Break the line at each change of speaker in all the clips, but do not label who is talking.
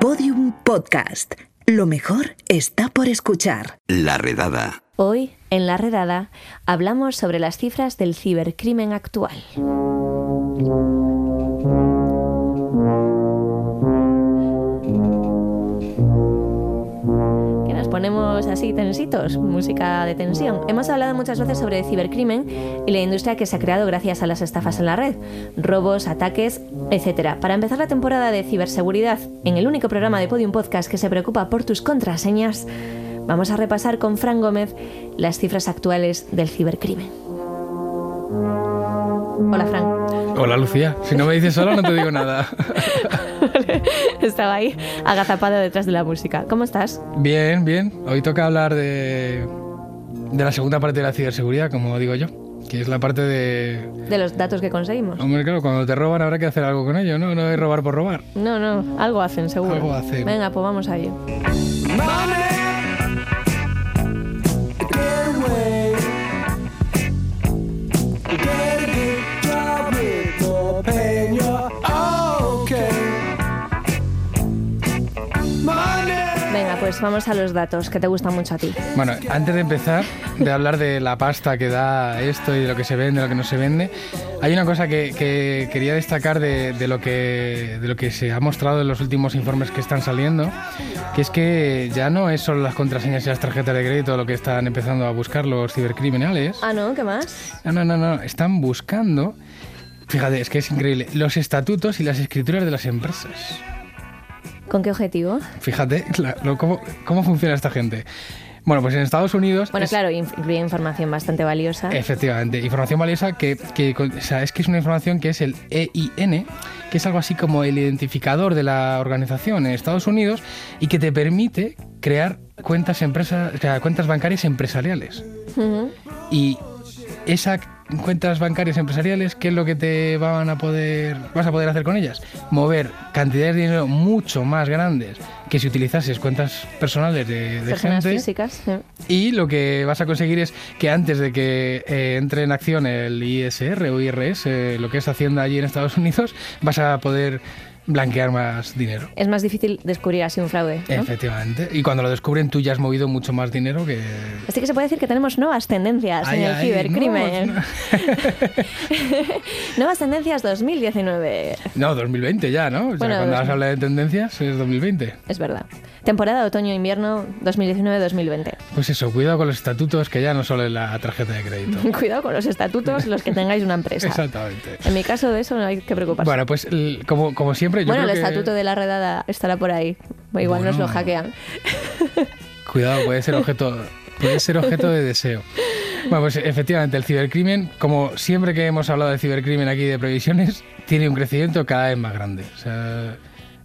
Podium Podcast. Lo mejor está por escuchar.
La redada.
Hoy, en La Redada, hablamos sobre las cifras del cibercrimen actual. Que nos ponemos así tensitos, música de tensión. Hemos hablado muchas veces sobre cibercrimen y la industria que se ha creado gracias a las estafas en la red, robos, ataques, etc. Para empezar la temporada de ciberseguridad, en el único programa de Podium Podcast que se preocupa por tus contraseñas, vamos a repasar con Fran Gómez las cifras actuales del cibercrimen. Hola, Fran.
Hola Lucía, si no me dices hola no te digo nada.
Estaba ahí agazapado detrás de la música. ¿Cómo estás?
Bien, bien. Hoy toca hablar de, de la segunda parte de la ciberseguridad, como digo yo, que es la parte de...
De los datos que conseguimos.
Hombre, claro, cuando te roban habrá que hacer algo con ello, ¿no? No es robar por robar.
No, no, algo hacen seguro.
Algo hacen.
Venga, pues vamos a ello. Venga, pues vamos a los datos que te gustan mucho a ti.
Bueno, antes de empezar, de hablar de la pasta que da esto y de lo que se vende, de lo que no se vende, hay una cosa que, que quería destacar de, de lo que, de lo que se ha mostrado en los últimos informes que están saliendo, que es que ya no es solo las contraseñas y las tarjetas de crédito lo que están empezando a buscar los cibercriminales.
Ah, no, ¿qué más?
No, no, no, no, están buscando, fíjate, es que es increíble, los estatutos y las escrituras de las empresas.
¿Con qué objetivo?
Fíjate la- lo- cómo, cómo funciona esta gente. Bueno, pues en Estados Unidos...
Bueno,
es- Eh,
claro, inf- incluye información bastante valiosa.
Efectivamente, información valiosa que, que con- o sea, es que es una información que es el EIN, que es algo así como el identificador de la organización en Estados Unidos y que te permite crear cuentas, empresa, o sea, cuentas bancarias empresariales.
Ujú.
Y esas cuentas bancarias empresariales, ¿qué es lo que te van a poder, vas a poder hacer con ellas? Mover cantidades de dinero mucho más grandes que si utilizases cuentas personales de, de
Personas
gente.
físicas. sí.
Y lo que vas a conseguir es que antes de que eh, entre en acción el ISR o IRS, eh, lo que es Hacienda allí en Estados Unidos, vas a poder blanquear más dinero.
Es más difícil descubrir así un fraude. ¿no?
Efectivamente. Y cuando lo descubren, tú ya has movido mucho más dinero que.
Así que se puede decir que tenemos nuevas tendencias
Ay,
en el
ay,
cibercrimen.
no,
nuevas tendencias 2019.
No, 2020 ya, ¿no? O sea,
Bueno,
cuando
dos-
vas a hablar de tendencias es 2020.
Es verdad. Temporada otoño-invierno 2019-2020.
Pues eso, cuidado con los estatutos que ya no solo es la tarjeta de crédito.
Cuidado con los estatutos, los que tengáis una empresa.
Exactamente.
En mi caso, de eso no hay que preocuparse.
Bueno, pues el- como, como siempre, yo
Bueno, el
creo que-
estatuto de la redada estará por ahí. O Igual nos lo
Bueno.
hackean.
Cuidado, puede ser objeto, puede ser objeto de deseo. Bueno, pues efectivamente, el cibercrimen, como siempre que hemos hablado de cibercrimen aquí de previsiones, tiene un crecimiento cada vez más grande. O sea,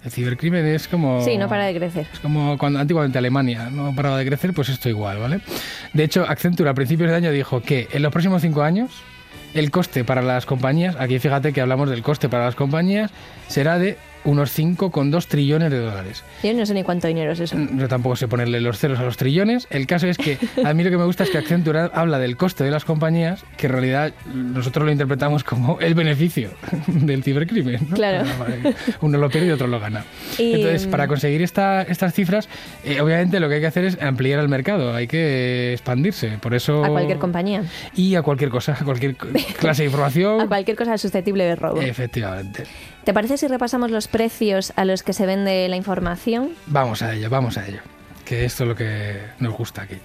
el cibercrimen es como...
Sí, no para de crecer.
Es como cuando antiguamente Alemania no paraba de crecer, pues esto igual, ¿vale? De hecho, Accenture a principios de año dijo que en los próximos cinco años el coste para las compañías, aquí fíjate que hablamos del coste para las compañías, será de unos 5,2 trillones de dólares.
Yo no sé ni cuánto dinero es eso.
Yo tampoco sé ponerle los ceros a los trillones. El caso es que a mí lo que me gusta es que Accenture habla del coste de las compañías, que en realidad nosotros lo interpretamos como el beneficio del cibercrimen. ¿no?
Claro.
Uno lo pierde y otro lo gana.
Y,
Entonces,
mm,
para conseguir esta- estas cifras, eh, obviamente lo que hay que hacer es ampliar el mercado, hay que expandirse. Por eso...
A cualquier compañía.
Y a cualquier cosa, a cualquier clase de información.
A cualquier cosa susceptible de
Eh,
robo.
Efectivamente.
¿Te parece si repasamos los precios a los que se vende la información?
Vamos a ello, vamos a ello. Que esto es lo que nos gusta aquí.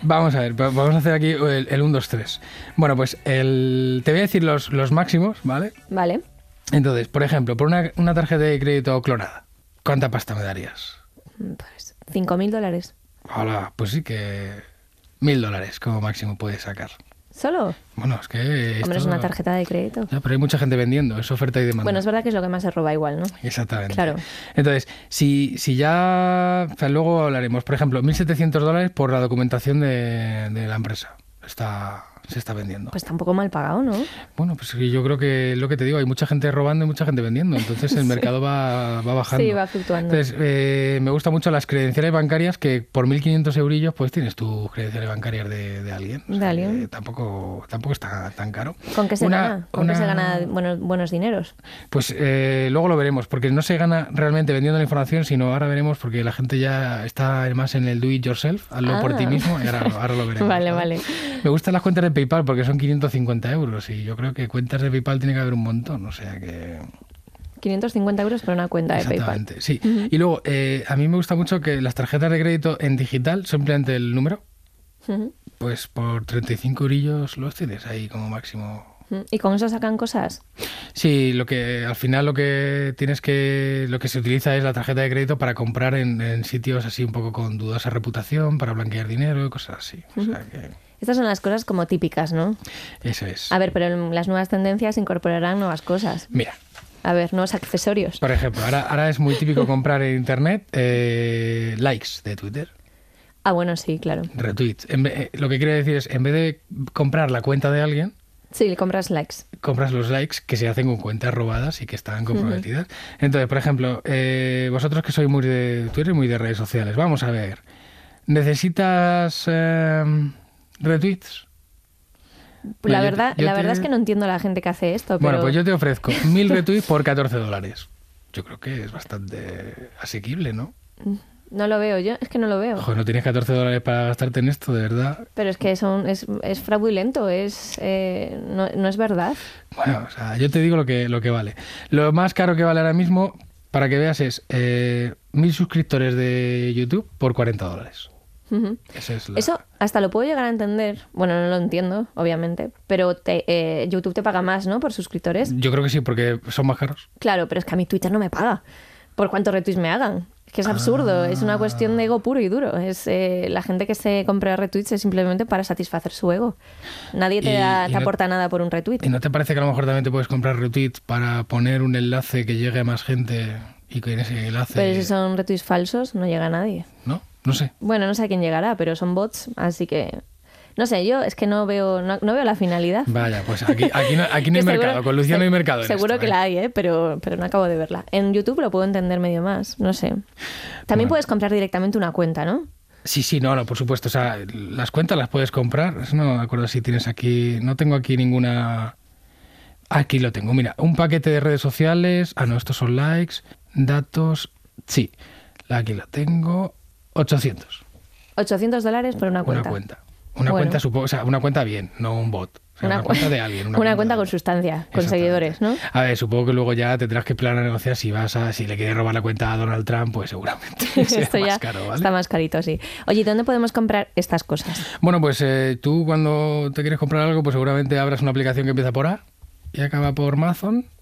Vamos a ver, va- vamos a hacer aquí el, el 1, 2, 3. Bueno, pues el, te voy a decir los, los máximos, ¿vale?
Vale.
Entonces, por ejemplo, por una, una tarjeta de crédito clonada, ¿cuánta pasta me darías?
Pues 5.000 dólares.
Hola, pues sí que mil dólares como máximo puedes sacar.
¿Solo?
Bueno, es que...
Hombre, es
esto-
una tarjeta de crédito.
Ya, pero hay mucha gente vendiendo, es oferta y demanda.
Bueno, es verdad que es lo que más se roba igual, ¿no?
Exactamente.
Claro.
Entonces, si, si ya. o sea, luego hablaremos. Por ejemplo, 1.700 dólares por la documentación de, de la empresa. Está, se está vendiendo.
Pues tampoco mal pagado, ¿no?
Bueno, pues yo creo que lo que te digo, hay mucha gente robando y mucha gente vendiendo, entonces el mercado va, va bajando.
Sí, va fluctuando.
Entonces, eh, me gustan mucho las credenciales bancarias que por 1.500 eurillos pues tienes tus credenciales bancarias de, de alguien.
De alguien.
que Tampoco, tampoco está tan caro.
¿Con qué se
Una-
gana? ¿Con qué se
una-
gana buenos, buenos dineros?
Pues eh, luego lo veremos, porque no se gana realmente vendiendo la información, sino ahora veremos porque la gente ya está más en el do it yourself, hazlo por
Ah.
ti mismo, y ahora, ahora lo veremos.
Vale,
¿no?
vale.
Me gustan las cuentas de PayPal porque son 550 euros y yo creo que cuentas de PayPal tiene que haber un montón, o sea que...
550 euros por una cuenta de PayPal.
Exactamente, sí. Y luego, eh, a mí me gusta mucho que las tarjetas de crédito en digital, simplemente el número,
Ujú.
pues por 35 eurillos los tienes ahí como máximo
Ujú. ¿Y con eso sacan cosas?
Sí, lo que al final lo que tienes que lo que se utiliza es la tarjeta de crédito para comprar en, en sitios así un poco con dudosa reputación, para blanquear dinero y cosas así. O sea que
Estas son las cosas como típicas, ¿no?
eso es.
A ver, pero en las nuevas tendencias incorporarán nuevas cosas.
Mira,
A ver, nuevos accesorios.
por ejemplo, ahora, ahora es muy típico comprar en internet eh, likes de Twitter,
Ah, bueno, sí, claro.
retweets. En ve- eh, lo que quiere decir es, en vez de comprar la cuenta de alguien,
Sí, le compras likes.
compras los likes que se hacen con cuentas robadas y que están comprometidas. Entonces, por ejemplo, eh, vosotros que sois muy de Twitter y muy de redes sociales, vamos a ver. ¿Necesitas em, retweets?
La
Bueno, Pues yo te-
verdad,
yo
la
te-
verdad es que no entiendo a la gente que hace esto, pero
Bueno, pues yo te ofrezco mil retweets por 14 dólares. Yo creo que es bastante asequible, ¿no?
no lo veo, yo es que no lo veo.
Ojo, no tienes 14 dólares para gastarte en esto, de verdad.
Pero es que son, es, es fraudulento, es, eh, no, no es verdad.
Bueno, o sea, yo te digo lo que, lo que vale. Lo más caro que vale ahora mismo, para que veas, es eh, mil suscriptores de YouTube por 40 dólares.
Ujú.
Esa es la-
Eso hasta lo puedo llegar a entender. Bueno, no lo entiendo, obviamente, pero te- eh, YouTube te paga más, ¿no? Por suscriptores.
Yo creo que sí, porque son más caros.
Claro, pero es que a mí Twitter no me paga por cuántos retweets me hagan. Es que es absurdo,
Ah.
es una cuestión de ego puro y duro. Es eh, la gente que se compra retweets es simplemente para satisfacer su ego. Nadie te,
Y-
da-
y
te
no-
aporta nada por un retweet.
¿Y no te parece que a lo mejor también te puedes comprar retweets para poner un enlace que llegue a más gente y que en ese enlace...
Pero si son retweets falsos, no llega a nadie.
No, no sé.
Bueno, no sé a quién llegará, pero son bots, así que... No sé, yo es que no veo, no, no veo la finalidad.
Vaya, pues aquí, aquí no, aquí no hay
Que seguro-
mercado. Con Lucía no hay
se-
mercado. en
Seguro
esto,
que
¿eh?
la hay, ¿eh? pero, pero no acabo de verla. En YouTube lo puedo entender medio más, no sé. También
Bueno.
puedes comprar directamente una cuenta, ¿no?
Sí, sí, no, no, por supuesto. O sea, las cuentas las puedes comprar. Eso No me acuerdo si tienes aquí... No tengo aquí ninguna... Aquí lo tengo. Mira, un paquete de redes sociales. Ah, no, estos son likes, datos... Sí, aquí la tengo. 800.
800 dólares por una
Una
cuenta.
cuenta. Una
Bueno.
cuenta, supongo, o sea, una cuenta bien, no un bot. O sea, una,
cu-
cuenta de alguien.
Una, cuenta con sustancia, con
Exactamente.
seguidores, ¿no?
A ver, supongo que luego ya tendrás que planear negociar si vas a, si le quieres robar la cuenta a Donald Trump, pues seguramente será
Esto
más
ya
caro, ¿vale?
está más carito, sí. Oye, ¿y ¿dónde podemos comprar estas cosas?
Bueno, pues eh, tú cuando te quieres comprar algo, pues seguramente abras una aplicación que empieza por A y acaba por Amazon.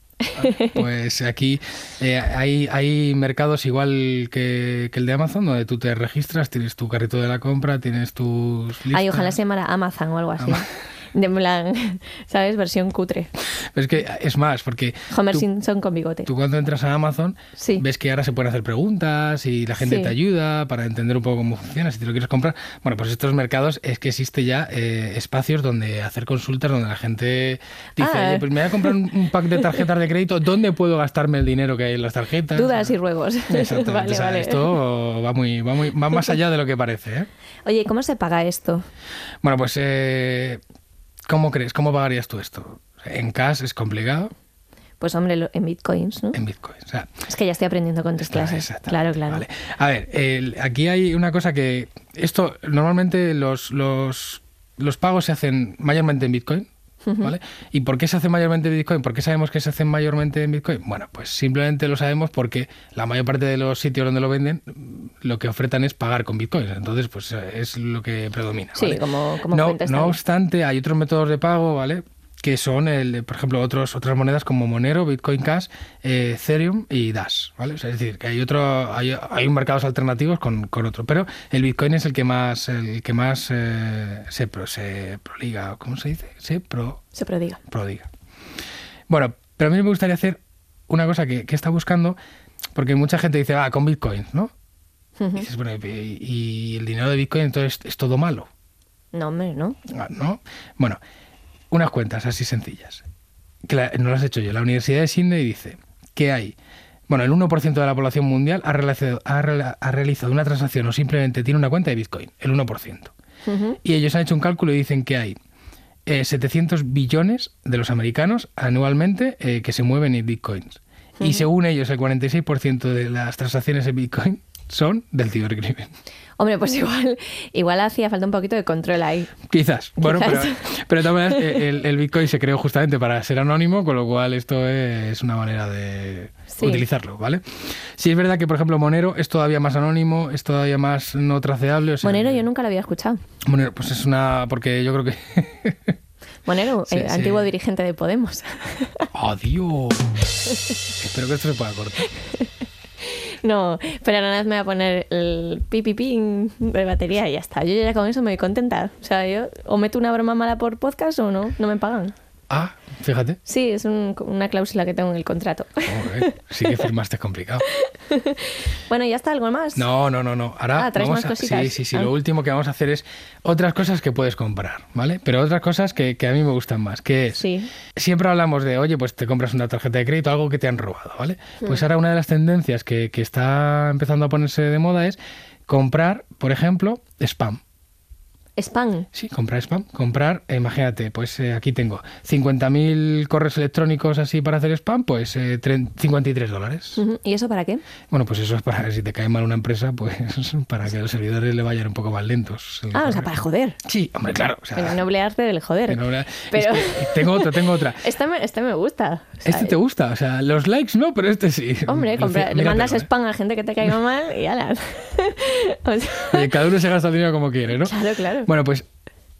Pues aquí eh, hay, hay mercados igual que, que el de Amazon, donde tú te registras, tienes tu carrito de la compra, tienes tus listas.
Ay, ojalá se llamara Amazon o algo así.
Ama-
De en plan, ¿sabes? Versión cutre.
Pero es que es más, porque
Homer
tú-
Simpson con bigote.
Tú cuando entras a Amazon
Sí.
ves que ahora se pueden hacer preguntas y la gente
Sí.
te ayuda para entender un poco cómo funciona, si te lo quieres comprar. Bueno, pues estos mercados es que existe ya eh, espacios donde hacer consultas, donde la gente dice,
Ah.
"Oye, pues me voy a comprar un, un pack de tarjetas de crédito, ¿dónde puedo gastarme el dinero que hay en las tarjetas?
Dudas y ruegos.
Exactamente.
vale,
O sea,
vale.
Esto va, muy, va, muy, va más allá de lo que parece. ¿eh?
Oye, ¿cómo se paga esto?
Bueno, pues eh, ¿cómo crees? ¿Cómo pagarías tú esto? En cash es complicado,
Pues hombre, lo- en bitcoins, ¿no?
en Bitcoin. O sea,
Es que ya estoy aprendiendo con tus
Claro,
clases.
Ah, exactamente,
Claro, claro.
vale. A ver, el- aquí hay una cosa que. Esto, normalmente los, los, los pagos se hacen mayormente en Bitcoin. ¿Vale? ¿Y por qué se hacen mayormente en Bitcoin? ¿Por qué sabemos que se hacen mayormente en Bitcoin? Bueno, pues simplemente lo sabemos porque la mayor parte de los sitios donde lo venden mm, lo que ofrecen es pagar con Bitcoin. Entonces, pues eh, es lo que predomina.
Sí,
¿vale?
como- como
no,
fuente
no
estable.
obstante, hay otros métodos de pago, ¿vale? Que son, el, por ejemplo, otros, otras monedas como Monero, Bitcoin Cash, eh, Ethereum y Dash, ¿vale? O sea, es decir, que hay otro, hay, hay mercados alternativos con, con otro, pero el Bitcoin es el que más, el que más eh, se, pro- se proliga, ¿cómo se dice? Se pro,
Se prodiga.
prodiga. Bueno, pero a mí me gustaría hacer una cosa que, que está buscando, porque mucha gente dice, ah, con Bitcoin, ¿no? Y dices, bueno, y, y el dinero de Bitcoin entonces es todo malo.
No, hombre, no.
Ah, ¿no? Bueno, unas cuentas así sencillas, que la- no las he hecho yo. La Universidad de Sydney dice que hay, bueno, el 1% de la población mundial ha realizado, ha rela- ha realizado una transacción o simplemente tiene una cuenta de Bitcoin, el 1%.
Ujú.
Y ellos han hecho un cálculo y dicen que hay eh, 700 billones de los americanos anualmente eh, que se mueven en bitcoins. Y según ellos, el 46% de las transacciones en bitcoin son del cibercrimen.
Hombre, pues igual, igual hacía falta un poquito de control ahí.
Quizás. Bueno, pero,
Quizás.
pero de todas maneras, eh, el, el bitcoin se creó justamente para ser anónimo, con lo cual esto es una manera de
Sí.
utilizarlo, ¿vale? Si es verdad que, por ejemplo, Monero es todavía más anónimo, es todavía más no traceable. o sea, eh.
Monero yo nunca lo había escuchado.
Monero, pues es una... porque yo creo que...
Monero,
Sí,
eh,
sí.
antiguo dirigente de Podemos.
¡Adiós! Espero que esto se pueda cortar.
no, pero nada más me voy a poner el pipipín de batería y ya está. Yo ya con eso me voy contenta. O sea, yo o meto una broma mala por podcast o no, no me pagan.
Ah, fíjate.
Sí, es un- una cláusula que tengo en el contrato.
Joder, sí que firmaste complicado.
bueno, ya está, algo más.
No, no, no, no. Ahora
Ah, traes más
vamos a-
cositas.
Sí, sí, sí.
Ah.
Lo último que vamos a hacer es otras cosas que puedes comprar, ¿vale? Pero otras cosas que, que a mí me gustan más, que es...
Sí.
Siempre hablamos de, oye, pues te compras una tarjeta de crédito, algo que te han robado, ¿vale? Pues ahora una de las tendencias que, que está empezando a ponerse de moda es comprar, por ejemplo, spam.
Spam.
Sí, comprar spam. Comprar, eh, imagínate, pues eh, aquí tengo 50.000 correos electrónicos así para hacer spam, pues eh, tre- 53 dólares.
Ujú. ¿Y eso para qué?
Bueno, pues eso es para, si te cae mal una empresa, pues para que los servidores le vayan un poco más lentos. el
Ah, o sea,
correo.
para joder.
Sí, hombre, claro. o sea,
El noble arte del joder.
Ah. el noble- es
Pero-
que tengo otra, tengo otra.
Esta me, esta me gusta. O sea,
Este te gusta, o sea, los likes no, pero este sí.
Hombre,
Lo
compra-
hacía-
le
míratelo,
mandas
¿eh?
spam a gente que te caiga mal y ala. O sea,
Oye, cada uno se gasta el dinero como quiere, ¿no?
Claro, claro.
Bueno, pues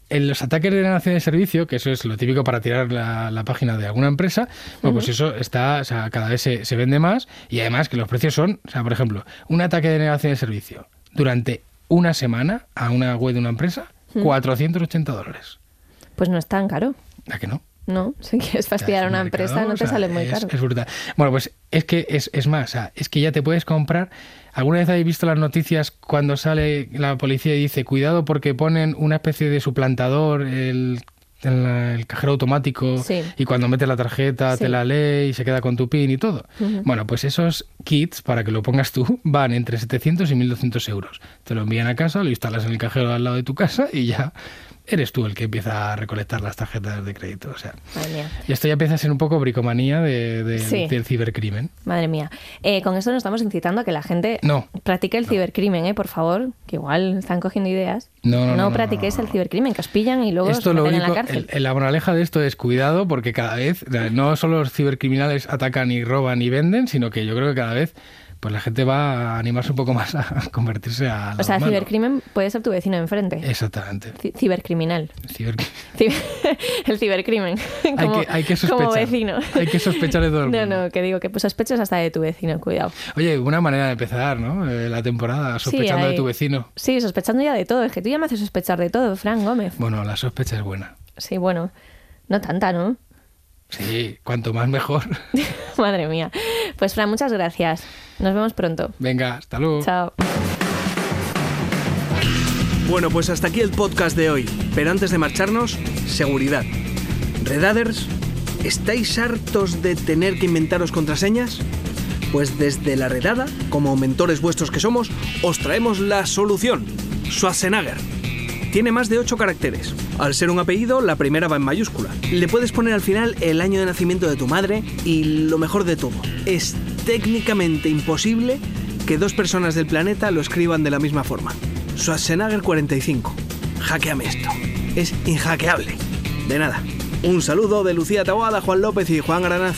en los ataques de denegación de servicio, que eso es lo típico para tirar la, la página de alguna empresa, bueno, pues eso está, o sea, cada vez se, se vende más y además que los precios son, o sea, por ejemplo, un ataque de denegación de servicio durante una semana a una web de una empresa, 480 dólares.
pues no es tan caro.
¿A que no?
No, si quieres
O sea,
fastidiar
es
a
un
una
mercado,
empresa no
o
te
sea,
sale muy
es-
caro.
Es brutal. Bueno, pues es que es, es más, o sea, es que ya te puedes comprar. ¿Alguna vez habéis visto las noticias cuando sale la policía y dice cuidado porque ponen una especie de suplantador, el, en la- el cajero automático,
Sí.
y cuando metes la tarjeta
Sí.
te la lee y se queda con tu pin y todo? Bueno, pues esos kits, para que lo pongas tú, van entre 700 y 1200 euros. Te lo envían a casa, lo instalas en el cajero al lado de tu casa y ya eres tú el que empieza a recolectar las tarjetas de crédito. O sea,
Madre mía.
y esto ya empieza a ser un poco bricomanía de, de-
Sí.
del cibercrimen.
Madre mía. Eh, con esto nos estamos incitando a que la gente
No.
practique el cibercrimen, ¿eh? por favor, que igual están cogiendo ideas.
No, no, no, no,
practiquéis
no, no,
el cibercrimen, que os pillan y luego
esto
os
lo
meten en
único,
la cárcel.
el- la moraleja de esto es cuidado porque cada vez eh, no solo los cibercriminales atacan y roban y venden, sino que yo creo que cada vez pues la gente va a animarse un poco más a convertirse a la
o sea,
humana.
cibercrimen puede ser tu vecino de enfrente.
Exactamente.
Ci- Cibercriminal.
Cibercri-
Ciber- el cibercrimen.
Hay
Como,
que- hay que
como
sospechar.
vecino.
Hay que sospechar de todo el
No,
mundo.
no, que digo que pues, sospeches hasta de tu vecino, cuidado.
Oye, una manera de empezar, ¿no? Eh, la temporada,
Sí,
sospechando
hay-
de tu vecino.
Sí, sospechando ya de todo. Es que tú ya me haces sospechar de todo, Fran Gómez.
Bueno, la sospecha es buena.
Sí, bueno, no tanta, ¿no?
Sí, cuanto más mejor.
Madre mía. Pues Fran, muchas gracias. Nos vemos pronto.
Venga, hasta luego.
Chao.
Bueno, pues hasta aquí el podcast de hoy. Pero antes de marcharnos, seguridad. Redaders, ¿estáis hartos de tener que inventaros contraseñas? Pues desde la redada, como mentores vuestros que somos, os traemos la solución. Schwarzenegger. Tiene más de 8 caracteres. Al ser un apellido, la primera va en mayúscula. Le puedes poner al final el año de nacimiento de tu madre y lo mejor de todo, es técnicamente imposible que dos personas del planeta lo escriban de la misma forma. Schwarzenegger 45. Hackeame esto. Es inhackeable. De nada. Un saludo de Lucía Taboada, Juan López y Juan Aranaz.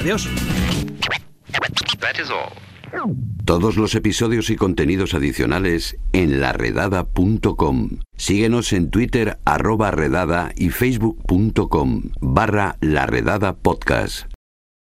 Adiós.
Todos los episodios y contenidos adicionales en laredada.com. Síguenos en Twitter arroba redada y facebook.com barra laredada podcast.